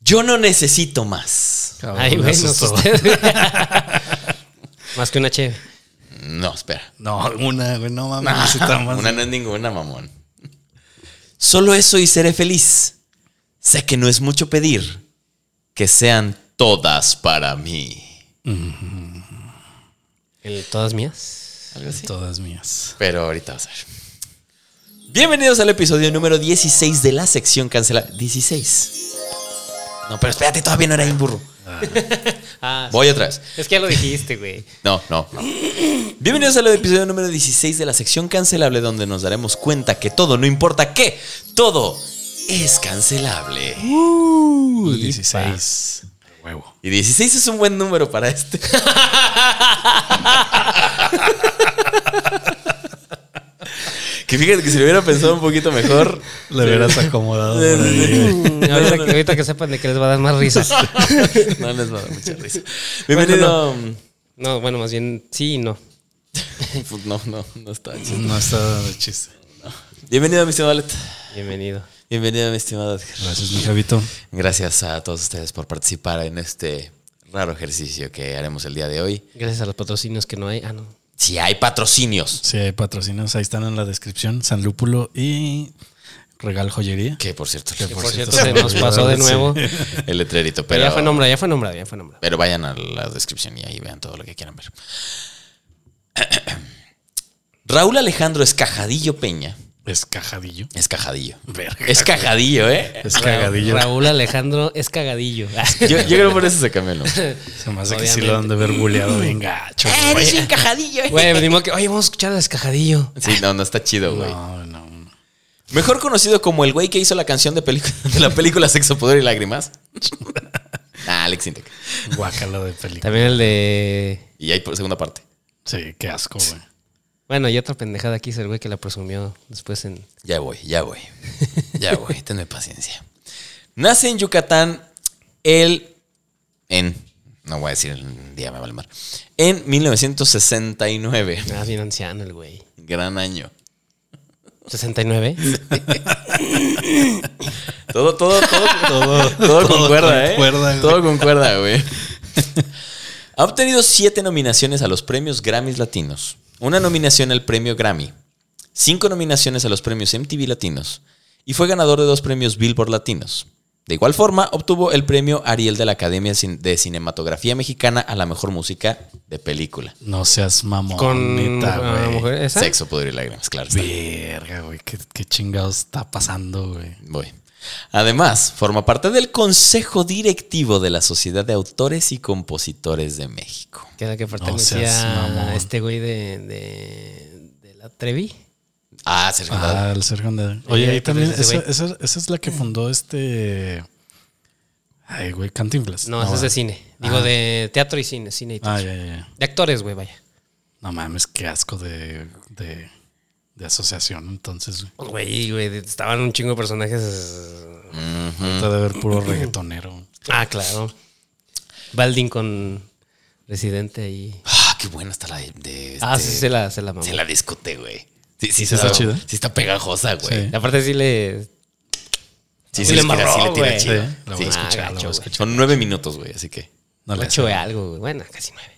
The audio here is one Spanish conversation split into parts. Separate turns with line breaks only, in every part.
Yo no necesito más.
Cabrón,
Ay,
me
güey, no sé
asustó.
usted, güey. Más que una cheve.
No, espera.
No, una, güey, no
Ah,
mames, necesitamos.
Una no es ninguna, mamón. Solo eso y seré feliz. Sé que no es mucho pedir. Que sean todas para mí.
El todas mías.
Algo así.
Todas mías.
Pero ahorita vas a ver. Bienvenidos al episodio número 16 de la sección cancelada. 16. No, pero espérate, todavía no era un burro.
Ah,
Voy otra vez.
Es que ya lo dijiste, güey.
No, no, no. Bienvenidos al episodio número 16 de la sección cancelable, donde nos daremos cuenta que todo, no importa qué, todo es cancelable.
Uh, 16. Huevo.
Y 16 es un buen número para este. que fíjate que si lo hubiera pensado un poquito mejor.
Le hubieras acomodado. por ahí, güey.
Mm, Ahorita, que- ahorita que sepan de que les va a dar más risas.
No les va a dar mucha risa. Bienvenido.
No, bueno, más bien sí y no.
Pues No, no, no está. chido.
No está de chiste.
Bienvenido, mi estimado Alet.
Bienvenido.
Bienvenido, mi estimado Edgar.
Gracias, mi Javito.
Gracias a todos ustedes por participar en este raro ejercicio que haremos el día de hoy.
Gracias a los patrocinios que no hay. Ah, no.
Si hay patrocinios,
Si hay patrocinios, ahí están en la descripción. San Lúpulo y Regal Joyería.
que por cierto,
Que
Por,
Por
cierto,
cierto,
se nos
sí.
pasó de
Sí.
nuevo.
el letrerito,
Pero
pero
ya fue nombrado, ya fue nombrado, ya fue nombrado.
Pero vayan a la descripción y ahí vean todo lo que quieran ver. Raúl Alejandro Escajadillo Peña.
Es cajadillo.
Escajadillo.
Verga.
Escajadillo, ¿eh?
Es cagadillo.
Raúl Alejandro es cagadillo.
Yo, yo creo por eso se cambió el
Eh,
nombre.
Se me hace que sí lo han de ver buleado bien gacho. güey.
Eres un cajadillo, ¿eh?
Güey, venimos que, oye, vamos a escuchar al escajadillo.
Sí, no, no está chido, güey.
No, no, no.
Mejor conocido como el güey que hizo la canción de, pelicu- de la película Sexo, Poder y Lágrimas. Ah, Alex Intec.
Guácala de película.
También el de.
Y hay por segunda parte.
Sí, qué asco, güey.
Bueno, y otra pendejada aquí es el güey que la presumió después en.
Ya voy, ya voy. Ya voy, tenme paciencia. Nace en Yucatán el. En. No voy a decir el día, me vale mal. En 1969.
Ah, bien anciano el güey.
Gran año.
69.
Todo, todo, todo, todo, todo concuerda, ¿eh?
concuerda, güey.
Todo concuerda, güey. Ha obtenido siete nominaciones a los premios Grammys Latinos, una nominación al premio Grammy, cinco nominaciones a los premios MTV Latinos y fue ganador de dos premios Billboard Latinos. De igual forma, obtuvo el premio Ariel de la Academia Cin- de Cinematografía Mexicana a la mejor música de película.
No seas mamón.
Con.
neta,
ah,
güey.
mujer, ¿esa?
Sexo, poder y lágrimas, claro. está.
Verga, güey. ¿Qué, qué chingados está pasando, güey.
Voy. Además, forma parte del Consejo Directivo de la Sociedad de Autores y Compositores de México.
Que era que
seas
pertenecía
mamón.
a este güey de, de, de la Trevi.
Ah, Sergio Andrade.
Ah, el Sergio Andrade.
Sí,
Oye, ahí
pues,
también.
ese
Esa,
güey.
esa- esa es la que fundó este. Ay, güey, Cantinflas.
No, ese es de
va.
cine. Digo,
Ah.
de teatro y cine, cine y
Ah,
teatro.
ya, ya, ya.
de actores, güey, vaya.
No mames, qué asco de, de, de asociación. Entonces, güey.
Güey, güey, de- estaban un chingo de personajes. Mm.
Trata de ver puro reggaetonero.
Ah, claro. Baldin con Residente ahí.
Ah, qué buena está la de. de
Ah,
este-
sí, se la, se la mamó.
se la discute, güey. Sí, sí,
¿Sí
se la-
está chida?
Sí, está pegajosa, güey.
Sí.
Aparte sí le...
Sí,
Sí le
tira-
embarró,
tira
güey. Ah,
chido.
Sí, la
Sí.
voy a escuchar,
gacho,
la voy a
güey.
escuchar.
Son nueve minutos, güey, así que.
No le
ocho
hace.
de algo, güey. Bueno, casi nueve.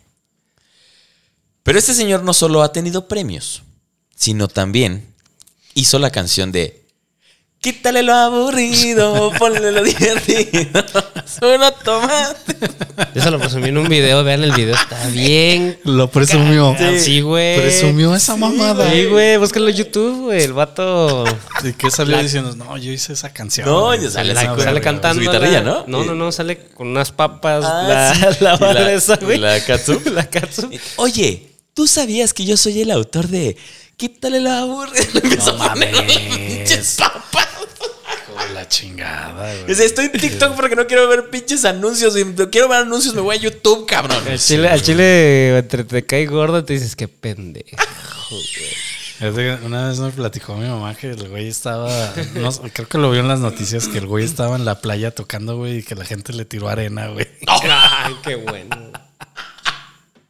Pero este señor no solo ha tenido premios, sino también hizo la canción de. Quítale lo aburrido, ponle lo divertido. Solo tomate.
Eso lo presumí en un video, vean el video. Está bien.
Lo presumió.
Sí, güey.
Presumió esa mamada.
Sí, güey, búscalo en YouTube, güey. El vato...
¿De qué salió diciendo? No, yo hice esa canción.
No,
güey.
ya sale
la-
así con-
sale
con
cantando.
Su guitarrilla,
la-
¿no?
No, no, no. Sale con unas papas.
Ah,
la,
sí.
la
Y la-
madre esa,
y
güey.
la catsup.
La catsup.
Oye, ¿tú sabías que yo soy el autor de Quítale la aburrida? Le empiezo a poner
mames.
pinches papas.
Hijo de La chingada, güey.
Dice, estoy en TikTok porque no quiero ver pinches anuncios. Si no quiero ver anuncios, me voy a YouTube, cabrón.
Al chile, al chile entre te cae gordo, te dices que pendejo.
Es de- Una vez me platicó mi mamá que el güey estaba, no sé, creo que lo vio en las noticias, que el güey estaba en la playa tocando, güey, y que la gente le tiró arena, güey.
Ay, qué bueno.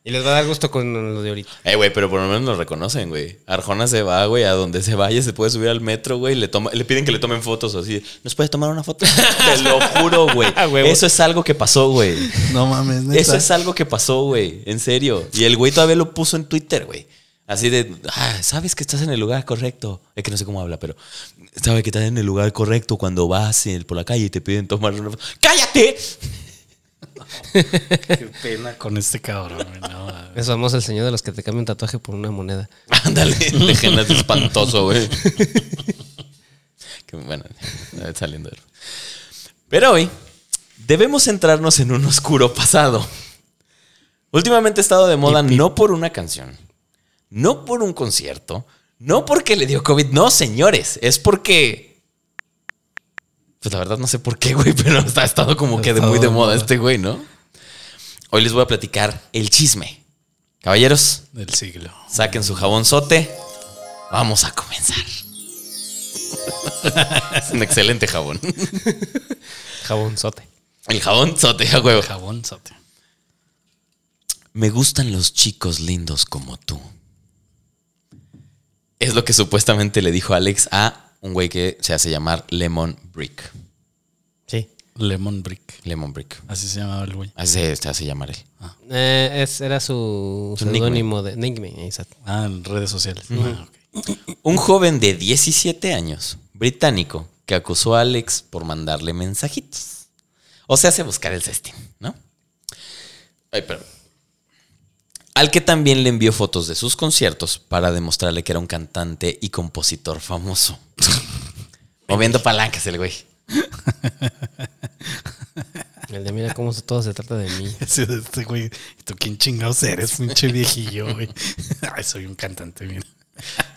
Y les va a dar gusto con lo de ahorita.
Eh, güey, pero por lo menos nos reconocen, güey. Arjona se va, güey, a donde se vaya, se puede subir al metro, güey. Le, toma- le piden que le tomen fotos así. ¿Nos puedes tomar una foto? Te lo juro, güey.
A huevo.
Eso es algo que pasó, güey.
No mames, neta.
Eso es algo que pasó, güey. En serio. Y el güey todavía lo puso en Twitter, güey. Así de, ah, sabes que estás en el lugar correcto. Es que no sé cómo habla, pero sabes que estás en el lugar correcto cuando vas eh, por la calle y te piden tomar una foto. ¡Cállate!
Qué pena con este cabrón, güey. No, mames.
Eso vamos al señor de los que te cambian tatuaje por una moneda.
Ándale, Legenda es espantoso, güey. Qué bueno, eh, saliendo. del- Pero hoy debemos centrarnos en un oscuro pasado. Últimamente ha estado de moda no por una canción, no por un concierto, no porque le dio COVID, no, señores, es porque pues la verdad no sé por qué, güey, pero ha estado como
Ha
que de
estado
muy de
de
moda
moda.
este güey, ¿no? Hoy les voy a platicar el chisme. Caballeros,
Del siglo.
Saquen su jabón sote. Vamos a comenzar. es un excelente jabón.
Jabonzote.
El jabón sote, a huevo.
Jabón,
Me gustan los chicos lindos como tú. Es lo que supuestamente le dijo Alex a un güey que se hace llamar Lemon Brick.
Sí.
Lemon Brick.
Lemon Brick.
Así se llamaba el güey.
Así se se hace llamar él.
Eh, es, era su
Su nickname.
seudónimo de nickname, exacto.
Ah, en redes sociales. Ah, ok.
Un joven de 17 años, británico, que acusó a Alex por mandarle mensajitos. O sea, hace buscar el cestín, ¿no? Ay, perdón. Al que también le envió fotos de sus conciertos para demostrarle que era un cantante y compositor famoso. Moviendo palancas el güey.
El de mira cómo se- todo se trata de mí.
Ese de Este güey, ¿y ¿tú quién chingados eres? Pinche viejillo, güey. Ay, soy un cantante, mira.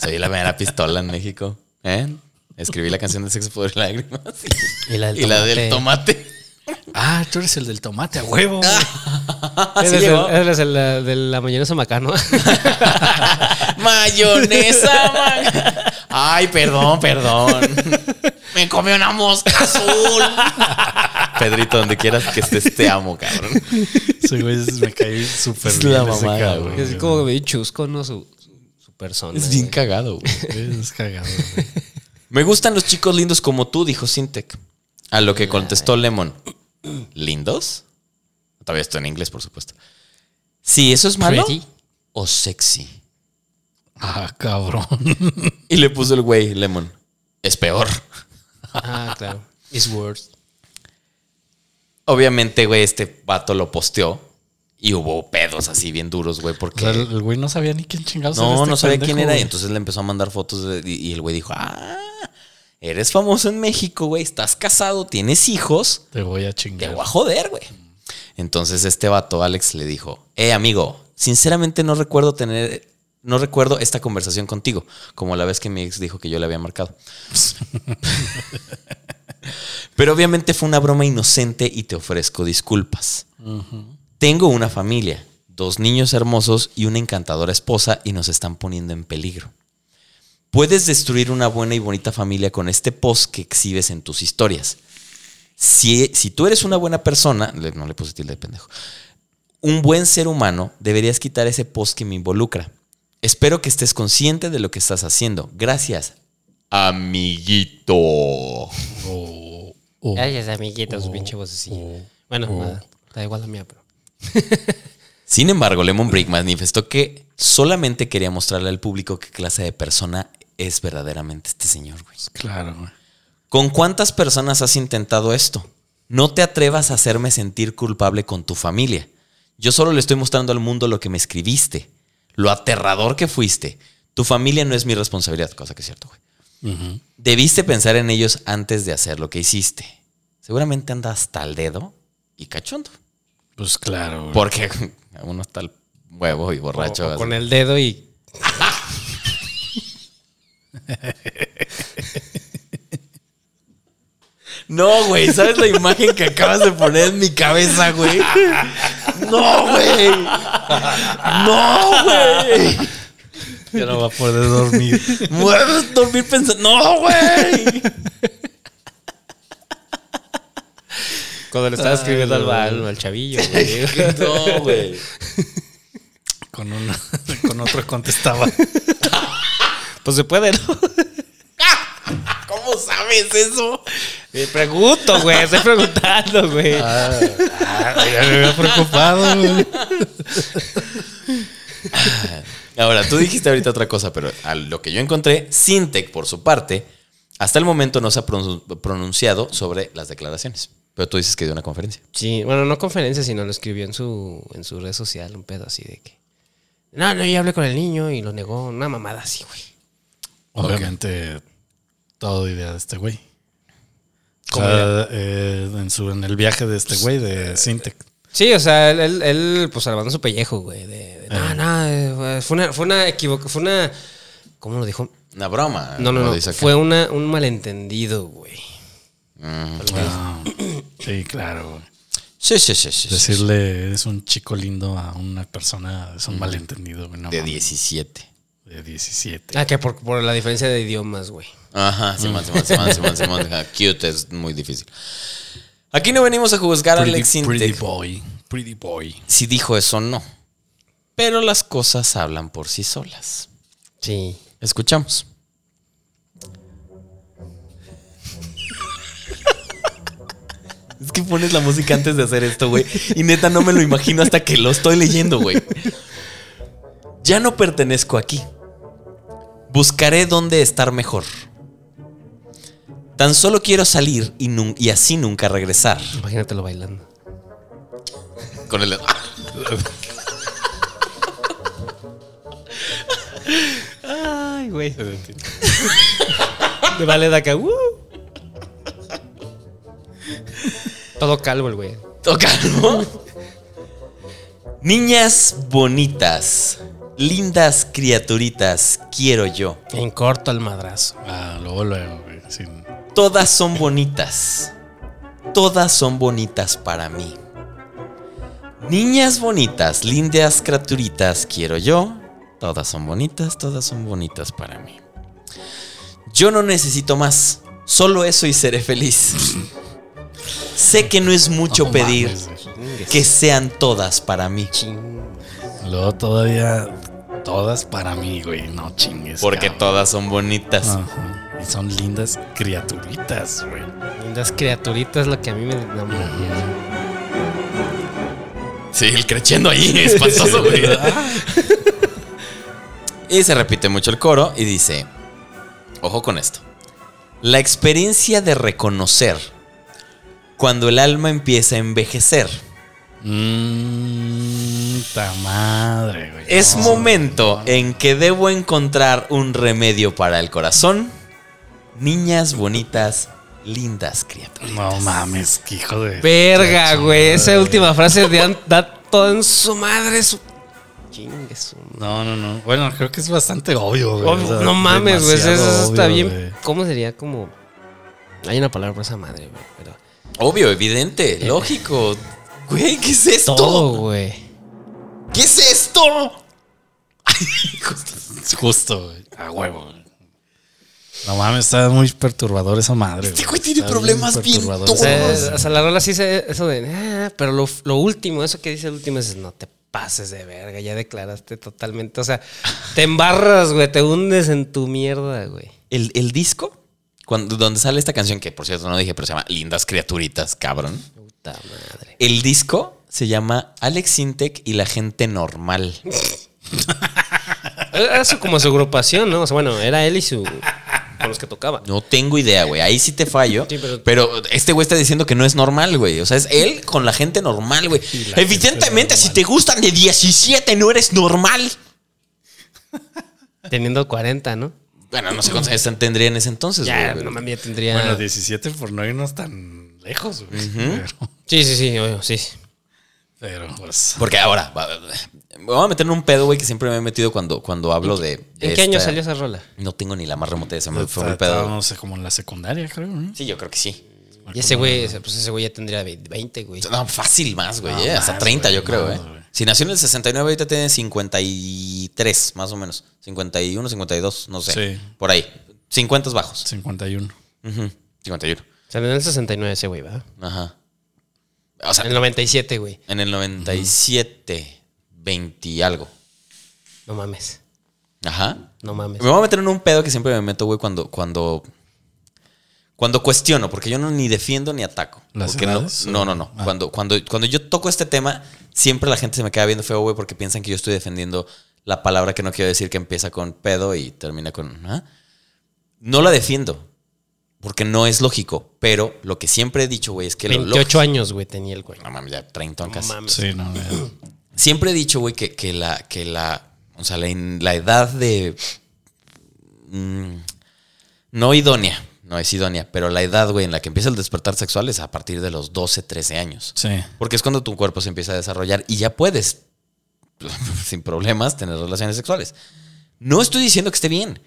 Soy la primera pistola en México. ¿eh? Escribí la canción de Sexo, Poder y Lágrimas.
Y la del
Y la del tomate.
Ah, tú eres el del tomate a huevo. güey.
Así
Eres
Ah, llegó.
el, eres el, eh, de la mayonesa macano.
Mayonesa, man. Ay, perdón, perdón. Me come una mosca azul. Pedrito, donde quieras que estés, te amo, cabrón.
Ese güey es- me caí súper
Es
bien.
la
ese
mamada,
cabrón,
güey.
es como que me chusco, ¿no? Su, su- su persona. güey.
cagado,
güey. Es cagado, güey.
Me gustan los chicos lindos como tú, dijo Sintec. A lo que contestó Lemon. ¿Lindos? Todavía estoy en inglés, por supuesto. Sí, eso es malo.
Pretty.
O sexy.
Ah, cabrón.
Y le puso el güey, Lemon. Es peor.
Ah, claro. It's worse.
Obviamente, güey, este vato lo posteó. Y hubo pedos así bien duros, güey,
O
porque...
sea, el el güey no sabía ni quién chingados era.
No,
este
no sabía
pendejo,
quién era. Y
güey.
entonces le empezó a mandar fotos de- y, y el güey dijo, ah, eres famoso en México, güey, estás casado, tienes hijos,
Te voy a
te
chingar.
voy a joder, güey. Entonces este vato, Alex, le dijo, eh, amigo, sinceramente no recuerdo tener, no recuerdo esta conversación contigo, como la vez que mi ex dijo que yo le había marcado. Pero obviamente fue una broma inocente y te ofrezco disculpas. Tengo una familia, dos niños hermosos y una encantadora esposa y nos están poniendo en peligro. Puedes destruir una buena y bonita familia con este post que exhibes en tus historias. Si, si tú eres una buena persona, le- no le puse tilde de pendejo, un buen ser humano, deberías quitar ese post que me involucra. Espero que estés consciente de lo que estás haciendo. Gracias, amiguito.
Oh, oh.
Gracias, amiguitos,
Oh,
pinche vocecilla.
oh.
Bueno,
Oh.
nada, da igual la mía, pero.
Sin embargo, Lemon Brick manifestó que solamente quería mostrarle al público qué clase de persona es verdaderamente este señor, güey.
pues Claro, güey.
¿Con cuántas personas has intentado esto? No te atrevas a hacerme sentir culpable con tu familia. Yo solo le estoy mostrando al mundo lo que me escribiste, lo aterrador que fuiste. Tu familia no es mi responsabilidad, cosa que es cierto, güey.
Ujú.
Debiste pensar en ellos antes de hacer lo que hiciste. Seguramente anda hasta el dedo y cachondo.
Pues claro, güey.
Porque uno está al huevo y borracho.
O- o
así.
con el dedo y.
No, güey, ¿sabes la imagen que acabas de poner en mi cabeza, güey? No, güey. No, güey.
Ya no va a poder dormir.
Mueres dormir pensando. No, güey.
Cuando le estaba escribiendo al, al, al chavillo, güey.
No, güey.
con, uno, con otro contestaba.
Pues se puede, ¿no?
¿Cómo sabes eso?
Me pregunto, güey. Estoy preguntando, güey.
Ah,
ya me había preocupado, güey.
Ahora, tú dijiste ahorita otra cosa, pero a lo que yo encontré, Sintec, por su parte, hasta el momento no se ha pronun- pronunciado sobre las declaraciones. Pero tú dices que dio una conferencia.
Sí, bueno, no conferencia, sino lo escribió en su, en su red social, un pedo así de que. No, no, yo hablé con el niño y lo negó. Una mamada así, güey.
Obviamente, todo idea de este güey. O
¿Cómo
sea, eh, en, su, en el viaje de este güey
Pues,
de Sintec.
eh,
Sí, o sea, él, él, él, pues salvando su pellejo, güey. de- de,
Ah.
no, no, eh, fue- fue una, fue una equivoca, fue una. ¿Cómo lo dijo?
Una broma.
No, no,
como
no.
Ah, dice acá.
Fue una, un malentendido, güey.
Mm.
Ah, sí, claro. güey.
Sí, sí, sí, sí, sí.
Decirle eres un chico lindo a una persona es un malentendido, güey. no
De
mames.
17.
De 17.
Ah, que por, por la diferencia de idiomas, güey.
Ajá,
Mm.
Simón, Simón, Simón, Simón, Simón. Ajá, Cute es muy difícil. Aquí no venimos a juzgar a Alex
Pretty, pretty
Sintec
boy. Pretty boy.
si dijo eso o no. Pero las cosas hablan por sí solas.
Sí.
Escuchamos. Es que pones la música antes de hacer esto, güey. Y neta no me lo imagino hasta que lo estoy leyendo, güey. Ya no pertenezco aquí. Buscaré dónde estar mejor. Tan solo quiero salir y, nun- y así nunca regresar.
Imagínatelo bailando.
Con el dedo.
Ay, güey. Me vale de acá. Uh.
Todo calvo el güey.
Tocarlo. Niñas bonitas, lindas criaturitas, quiero yo.
En corto al madrazo.
Ah, luego, luego, güey. Sin,
Todas son bonitas. Todas son bonitas para mí. Niñas bonitas, lindas criaturitas, quiero yo. Todas son bonitas, todas son bonitas para mí. Yo no necesito más. Solo eso y seré feliz. sé que no es mucho
No
pedir
mames, güey.
que sean todas para mí.
Ching.
Luego todavía todas para mí, güey. No chingues.
Porque
cabrón.
todas son bonitas.
Ah. Ajá. Y son lindas criaturitas, güey.
Lindas criaturitas, lo que a mí me enamora.
Sí, el creciendo ahí es pastoso, güey. y se repite mucho el coro y dice, ojo con esto. La experiencia de reconocer cuando el alma empieza a envejecer
Mmm, ta madre, güey.
es
No,
momento en que debo encontrar un remedio para el corazón. Niñas bonitas, lindas criaturas.
No mames, que hijo de.
Verga, güey. Esa
Chingada,
última frase de an- da todo en su madre. Su... Chingue su
güey. No, no, no. Bueno, creo que es bastante obvio, güey.
Obvio,
O sea,
no mames, güey. Eso
demasiado
eso está
obvio,
bien.
güey.
¿Cómo sería como.? Hay una palabra para esa madre, güey. Pero
Obvio, evidente, lógico. Güey, ¿qué es esto?
todo, güey.
¿Qué es esto?
Es Justo, güey. A huevo, güey. No mames, está muy perturbador esa madre.
Este güey tiene problemas bien
O sea,
todos.
o sea, la rola sí se eso de. "Ah", pero lo, lo último, eso que dice el último es: no te pases de verga, ya declaraste totalmente. O sea, te embarras, güey. Te hundes en tu mierda, güey.
El, el disco, cuando, donde sale esta canción, que por cierto no dije, pero se llama Lindas Criaturitas, cabrón.
Puta madre.
El disco se llama Alex Sintec y la gente normal.
Era su- como su agrupación, ¿no? O sea, bueno, era él y su. con los que tocaba.
No tengo idea, güey. Ahí sí te fallo.
Sí,
pero,
pero-
este güey está diciendo que no es normal, güey. O sea, es él con la gente normal, güey. Evidentemente, si te gustan de 17, no eres normal.
Teniendo 40, ¿no?
Bueno, no sé cuántos años tendría en ese entonces, güey.
Ya,
pero-
no mames, ya tendría.
Bueno, 17 por no irnos tan lejos, güey.
sí, sí, sí, obvio, sí.
pero, pero, pues.
Porque ahora, va- me voy a meter en un pedo, güey, que siempre me he metido cuando, cuando hablo de. de
¿En qué año
esta-
salió esa rola?
No tengo ni la más remota idea. Se me fue un pedo.
Estábamos eh, como en la secundaria, creo, ¿no?
Sí, yo creo que sí.
Y ese güey, ese- pues ese güey ya tendría ve- 20, güey.
No, fácil más, güey.
No,
eh,
más,
Hasta 30,
güey,
yo creo,
más,
eh.
güey.
Si nació en el 69, ahorita tiene 53, más o menos. 51, 52, no sé.
Sí.
Por ahí. 50 bajos.
51.
Ujú, 51.
Salió en el 69 ese güey, ¿verdad?
Ajá. O sea,
En el 97, güey.
en el 97, 20 y algo.
No mames.
Ajá.
No mames.
Me voy a meter en un pedo que siempre me meto, güey, cuando, cuando, cuando cuestiono, porque yo no ni defiendo ni ataco.
¿Las
Porque no,
edades?
no, no, no.
Ah.
Cuando, cuando, cuando yo toco este tema, siempre la gente se me queda viendo feo, güey, porque piensan que yo estoy defendiendo la palabra que no quiero decir, que empieza con pedo y termina con... ¿ah? No la defiendo, porque no es lógico, pero lo que siempre he dicho, güey, es que... lo
28
lógico-
años, güey, tenía el güey.
No mames, ya 30
No
casi.
mames.
Sí, no, güey.
Siempre he dicho, güey, que, que la, que la, o sea, la, in- la edad de... mm, no idónea, no es idónea, pero la edad, güey, en la que empieza el despertar sexual es a partir de los 12, 13 años.
Sí.
Porque es cuando tu cuerpo se empieza a desarrollar y ya puedes, sin problemas, tener relaciones sexuales. No estoy diciendo que esté bien,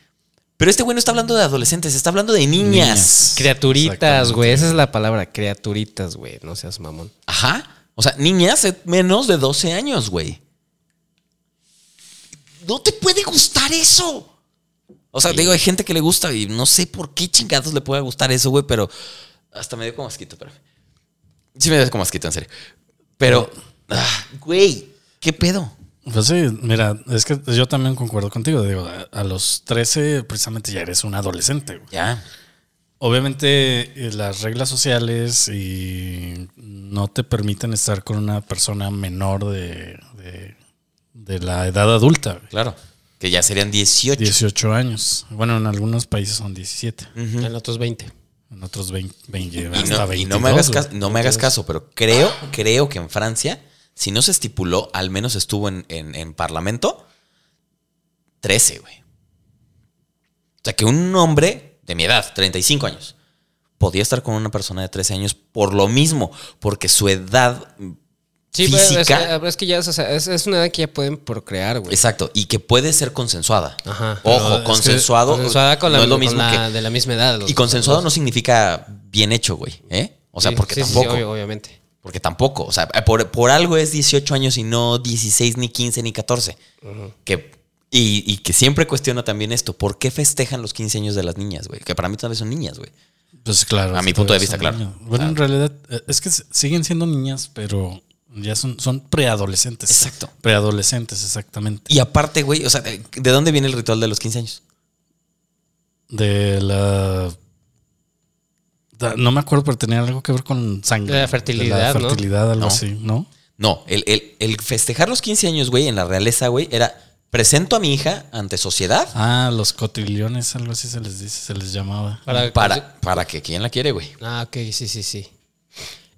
pero este güey no está hablando de adolescentes, está hablando de niñas.
Niñas.
Criaturitas,
Exactamente.
güey. Esa es la palabra. Criaturitas, güey. No seas mamón.
Ajá. O sea, niñas de menos de 12 años, güey. No te puede gustar eso. O sea, digo, hay gente que le gusta y no sé por qué chingados le pueda gustar eso, güey, pero hasta me dio como asquito, pero. Sí me dio como asquito, en serio. Pero, ah, güey, ¿qué pedo?
Pues sí, mira, es que yo también concuerdo contigo. Digo, a, a los 13 precisamente ya eres un adolescente. güey.
Ya.
Obviamente eh, las reglas sociales y no te permiten estar con una persona menor de, de- de la edad adulta. güey.
Claro. Que ya serían 18.
18 años. Bueno, en algunos países son 17,
Ujú.
En otros 20.
en otros 20, 20,
Mm. Y
hasta
no,
22.
y no me hagas
güey.
caso, no me hagas caso, pero creo, creo que en Francia, si no se estipuló, al menos estuvo en, en- en parlamento, 13, güey. O sea, que un hombre de mi edad, 35 años, podía estar con una persona de 13 años por lo mismo, porque su edad...
Sí, pero es,
física,
pero es que ya es, o sea, es, es una edad que ya pueden procrear, güey.
exacto, y que puede ser consensuada.
Ajá.
Ojo,
es que
consensuado,
Consensuada con la,
no es lo
con
mismo
la-
que...
de la misma edad. los-
Y consensuado no
los-
significa bien hecho, güey, ¿eh? O sea,
Sí,
porque
sí, sí, sí,
tampoco...
obvio- obviamente.
Porque tampoco, o sea, eh, por, por algo es 18 años y no 16, ni 15, ni 14. que, y, y que siempre cuestiona también esto, ¿por qué festejan los 15 años de las niñas, güey? Que para mí todavía son niñas, güey.
Pues
A
claro.
mi
todavía
punto de vista,
son
claro.
niños. Bueno, en realidad eh, es que s- siguen siendo niñas, pero ya son, son preadolescentes.
Exacto.
Preadolescentes, exactamente.
Y aparte, güey, o sea, ¿de de dónde viene el ritual de los 15 años?
De la. da- No me acuerdo, pero tenía algo que ver con sangre.
De la fertilidad,
De
¿no?
la fertilidad, algo
No.
así, ¿no?
No, el, el- el festejar los 15 años, güey, en la realeza, güey, era presento a mi hija ante sociedad
Ah, los cotiliones, algo así se les dice, se les llamaba.
Para,
para, para que quien la quiere, güey.
Ah, ok, sí, sí, sí.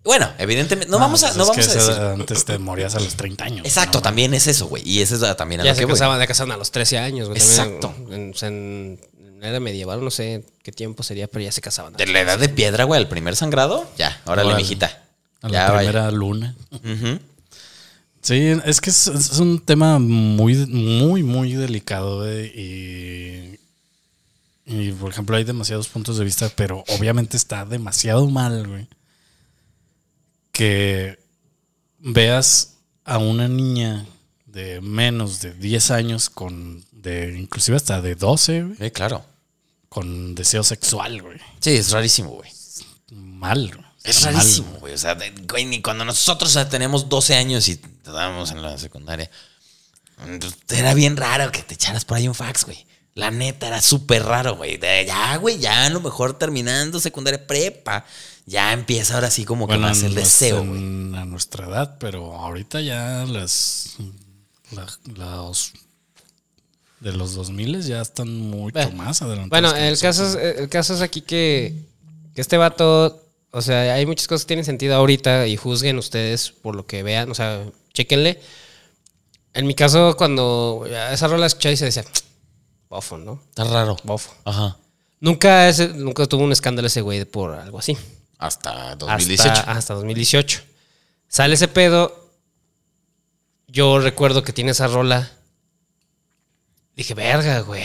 Bueno, evidentemente, no
Ah,
vamos a,
pues
no
es que
vamos a
esa-
decir.
Antes te morías a los 30 años.
Exacto,
¿no?
también es eso, güey. Y eso es también a
ya
lo
se
que, voy.
casaban, ya casaban a los 13 años, güey. también,
Exacto.
En, o sea, en- en era medieval, no sé qué tiempo sería, pero ya se casaban.
De la edad de piedra, güey, al primer sangrado, ya, órale,
Órale.
mijita.
A
ya,
la
vaya.
primera luna.
Ujú.
Sí, es que es, es un tema muy, muy, muy delicado güey, y, y, por ejemplo, hay demasiados puntos de vista, pero obviamente está demasiado mal, güey, que veas a una niña de menos de 10 años con, de inclusive hasta de 12, güey,
Sí, claro.
con deseo sexual, güey.
Sí, es rarísimo, güey.
Mal, güey.
Es
Está mal,
rarísimo, güey. O sea, de- güey, ni cuando nosotros ya tenemos 12 años y estábamos en la secundaria, mm, pues, era bien raro que te echaras por ahí un fax, güey. La neta, era súper raro, güey. De- Ya, güey, ya a lo mejor terminando secundaria prepa, ya empieza ahora sí como que
Bueno,
más el
en
deseo,
nuestra-
güey.
en- A nuestra edad, pero ahorita ya las. la- los. De los 2000 ya están mucho
Bueno.
más adelantados.
Bueno, eh,
que
el caso, es, el caso es aquí que, que este vato, o sea, hay muchas cosas que tienen sentido ahorita y juzguen ustedes por lo que vean, o sea, chéquenle. En mi caso, cuando esa rola la escuché y se decía, bofo, ¿no?
Está raro.
Bofo.
Ajá.
Nunca, ese- nunca tuvo un escándalo ese güey por algo así.
Hasta
Hasta-
2018.
Hasta, 2018. Sale ese pedo. Yo recuerdo que tiene esa rola. Dije, verga, güey.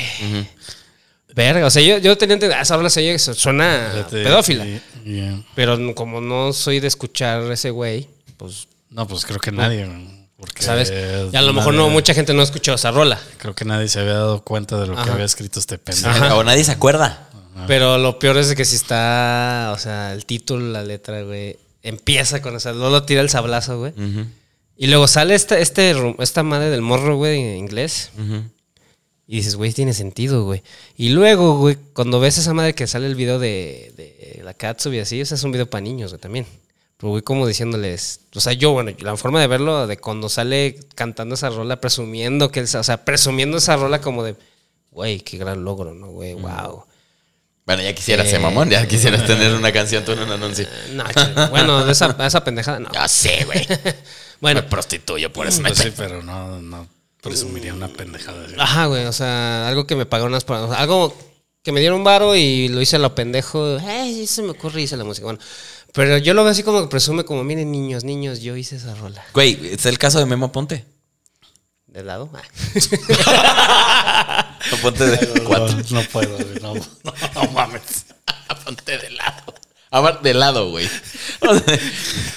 Verga. O sea, yo, yo tenía entendido, "Ah, esa rola se oye, su- suena
Fíjate,
pedófila.
y- y, eh,
Pero no- como no soy de escuchar ese güey, pues,
no, pues creo que nadie. Porque
¿sabes? Y a lo
nadie-
mejor no, mucha gente no escuchó esa rola.
Creo que nadie se había dado cuenta de lo que
Ajá.
había escrito este pendejo.
Ajá. O nadie se acuerda.
Pero lo peor es de que si está, o sea, el título, la letra, güey, empieza con, o sea, Lolo tira el sablazo, güey.
Ujú.
Y luego sale esta, este, ru- esta madre del morro, güey, en inglés.
Ujú.
Y dices, güey, tiene sentido, güey. Y luego, güey, cuando ves esa madre que sale el video de, de la Katsubi y así, o sea, es un video para niños, güey, también. Pero, güey, como diciéndoles, o sea, yo, bueno, la forma de verlo, de cuando sale cantando esa rola, presumiendo que él, sa- o sea, presumiendo esa rola como de, güey, qué gran logro, ¿no, güey?
Mm.
Wow.
Bueno, ya quisieras,
Eh,
eh, mamón, ya quisieras tener una canción tú en un anuncio.
No, chale, bueno, de esa, esa pendejada, no.
Ya sé, güey.
Bueno,
Me prostituyo por eso. no hay
Pues sí, pero no, no presumiría una pendejada. así.
Ajá, güey, o sea, algo que me pagaron unas para- o sea, algo que me dieron un varo y lo hice a lo pendejo. Ay, sí, se me ocurre y hice la música. Bueno, pero yo lo veo así como que presume, como, miren, niños, niños, yo hice esa rola.
Güey, es el caso de Memo Ponte.
¿De lado? Ah.
Ponte de cuatro.
No, no puedo, güey, no, no, no mames.
Ponte de lado. Amar de lado, güey. O sea,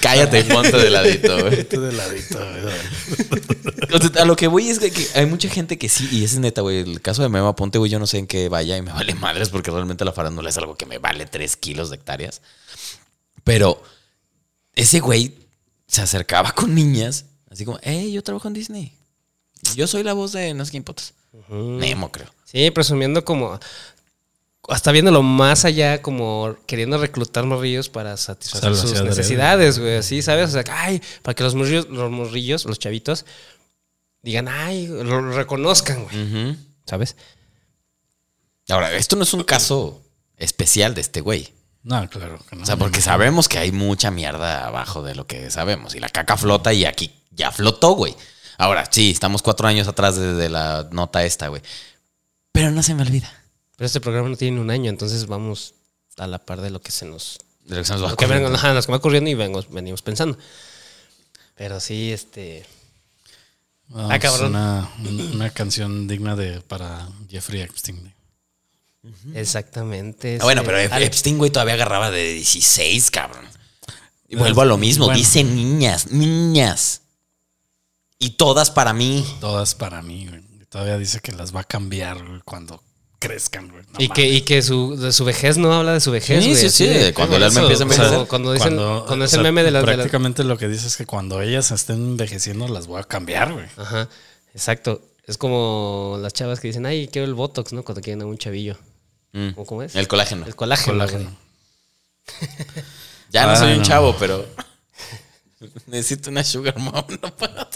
Cállate y ponte de ladito, güey.
Estoy de ladito, güey.
O sea, a lo que voy es que, que hay mucha gente que sí, y es neta, güey. El caso de Memo Ponte, güey, yo no sé en qué vaya y me vale madres porque realmente la farándula es algo que me vale tres kilos de hectáreas. Pero ese güey se acercaba con niñas, así como, hey, yo trabajo en Disney. Yo soy la voz de no sé quién potas. Memo, creo.
Sí, presumiendo como. Hasta viéndolo más allá, como queriendo reclutar morrillos para satisfacer
Salvación
sus
de Heredia.
necesidades, güey. Así, ¿sabes? O sea, ay, para que los morrillos, los morrillos, los chavitos, digan, ay, lo reconozcan, güey.
Ujú.
¿Sabes?
Ahora, esto no es un caso especial de este güey.
No, claro que no.
O sea, porque sabemos que hay mucha mierda abajo de lo que sabemos. Y la caca flota y aquí ya flotó, güey. Ahora, sí, estamos cuatro años atrás de, de la nota esta, güey. Pero no se me olvida.
Pero este programa no tiene un año, entonces vamos a la par de lo que se nos.
De lo que se nos va
Lo que, venga-
ocurriendo.
ajá, nos va ocurriendo y vengos- venimos pensando. Pero sí, este.
Vamos,
Ah, cabrón.
pues Una, una canción digna de para Jeffrey Epstein.
Exactamente.
Ah, bueno,
este,
pero Ep-
Ale-
Epstein, güey, todavía agarraba de 16, cabrón. Y vuelvo a lo mismo.
Bueno.
Dice niñas, niñas. Y todas para mí.
Todas para mí, güey. Y Todavía dice que las va a cambiar güey, cuando crezcan, güey. No
ah, y, que, y que su, de su vejez no habla de su vejez.
Sí,
güey,
sí, sí,
así de-
cuando el
por
alma empieza a
eso,
envejecer.
Cuando, cuando dicen, cuando,
o
es
sea,
el meme de las. de las-
Prácticamente lo que dice es que cuando ellas estén envejeciendo, las voy a cambiar, güey.
ajá, exacto. Es como las chavas que dicen, ay, quiero el botox, ¿no? Cuando quieren a un chavillo.
Mm.
¿Cómo, cómo es?
El colágeno.
El colágeno.
Colágeno.
güey.
Ya no soy un
Bueno.
chavo, pero necesito una sugar mom, no puedo.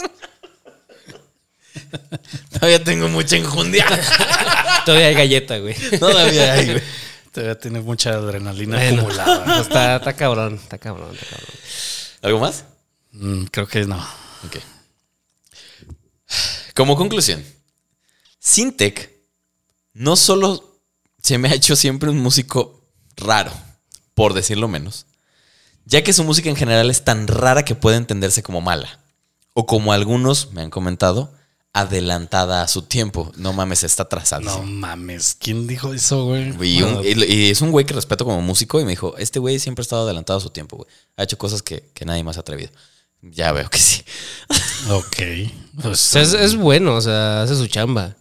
Todavía tengo mucha enjundia.
Todavía hay galleta, güey.
Todavía hay, güey.
Todavía tiene mucha adrenalina
Bueno,
acumulada.
pues está, está cabrón, está cabrón, está cabrón.
¿Algo más?
Mm, creo que no.
Ok. Como conclusión, Sintec no solo se me ha hecho siempre un músico raro, por decirlo menos, ya que su música en general es tan rara que puede entenderse como mala, o como algunos me han comentado, adelantada a su tiempo. No mames, está atrasada.
No mames. ¿Quién dijo eso, güey?
Y, un-
Ah,
y- y es un güey que respeto como músico y me dijo, este güey siempre ha estado adelantado a su tiempo, güey. Ha hecho cosas que, que nadie más ha atrevido. Ya veo que sí.
Ok. Pues,
O sea, es, es bueno, o sea, hace su chamba.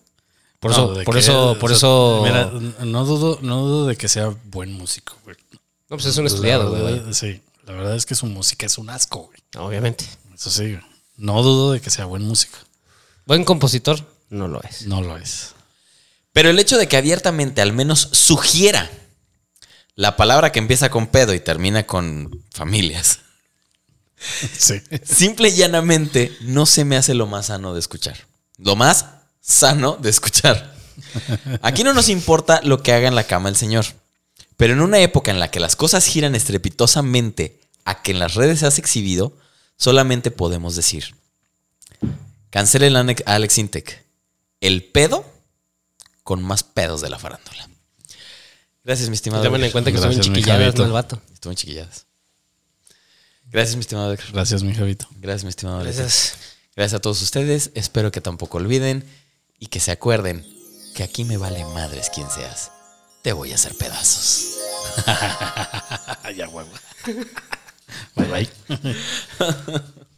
Por
No,
eso,
de
por
que-
eso,
o
por
sea,
eso.
Mira, no dudo, no dudo de que sea buen músico, güey.
no, pues es un estudiado,
La
güey.
verdad- Sí, la verdad es que su música es un asco, güey.
vaya. Obviamente.
Eso sí, güey. no dudo de que sea buen músico.
Buen compositor, no lo es.
No lo es.
Pero el hecho de que abiertamente al menos sugiera la palabra que empieza con pedo y termina con familias,
Sí.
simple y llanamente no se me hace lo más sano de escuchar. Lo más sano de escuchar. Aquí no nos importa lo que haga en la cama el señor. Pero en una época en la que las cosas giran estrepitosamente a que en las redes se has exhibido, solamente podemos decir: cancelen a Ane- a Alex Intec. El pedo con más pedos de la farándula. Gracias, mi estimado.
Tomen en
Edgar.
cuenta que son
Gracias, mi
chiquilladas,
Javito.
no el vato.
Estuvo en chiquilladas. Gracias, mi estimado. Edgar.
Gracias, mi Javito.
Gracias, mi estimado. Alex.
Gracias.
Gracias a todos ustedes. Espero que tampoco olviden y que se acuerden que aquí me vale madres quien seas. Te voy a hacer pedazos.
Ah, ya, huevo. Bye bye.